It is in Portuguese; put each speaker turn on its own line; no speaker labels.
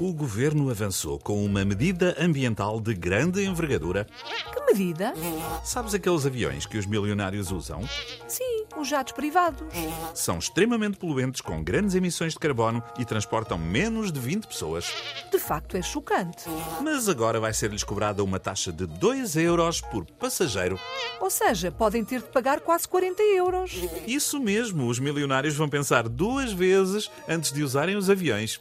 o governo avançou com uma medida ambiental de grande envergadura.
Que medida?
Sabes aqueles aviões que os milionários usam?
Sim, os jatos privados.
São extremamente poluentes, com grandes emissões de carbono e transportam menos de 20 pessoas.
De facto, é chocante.
Mas agora vai ser-lhes cobrada uma taxa de 2 euros por passageiro.
Ou seja, podem ter de pagar quase 40 euros.
Isso mesmo, os milionários vão pensar duas vezes antes de usarem os aviões.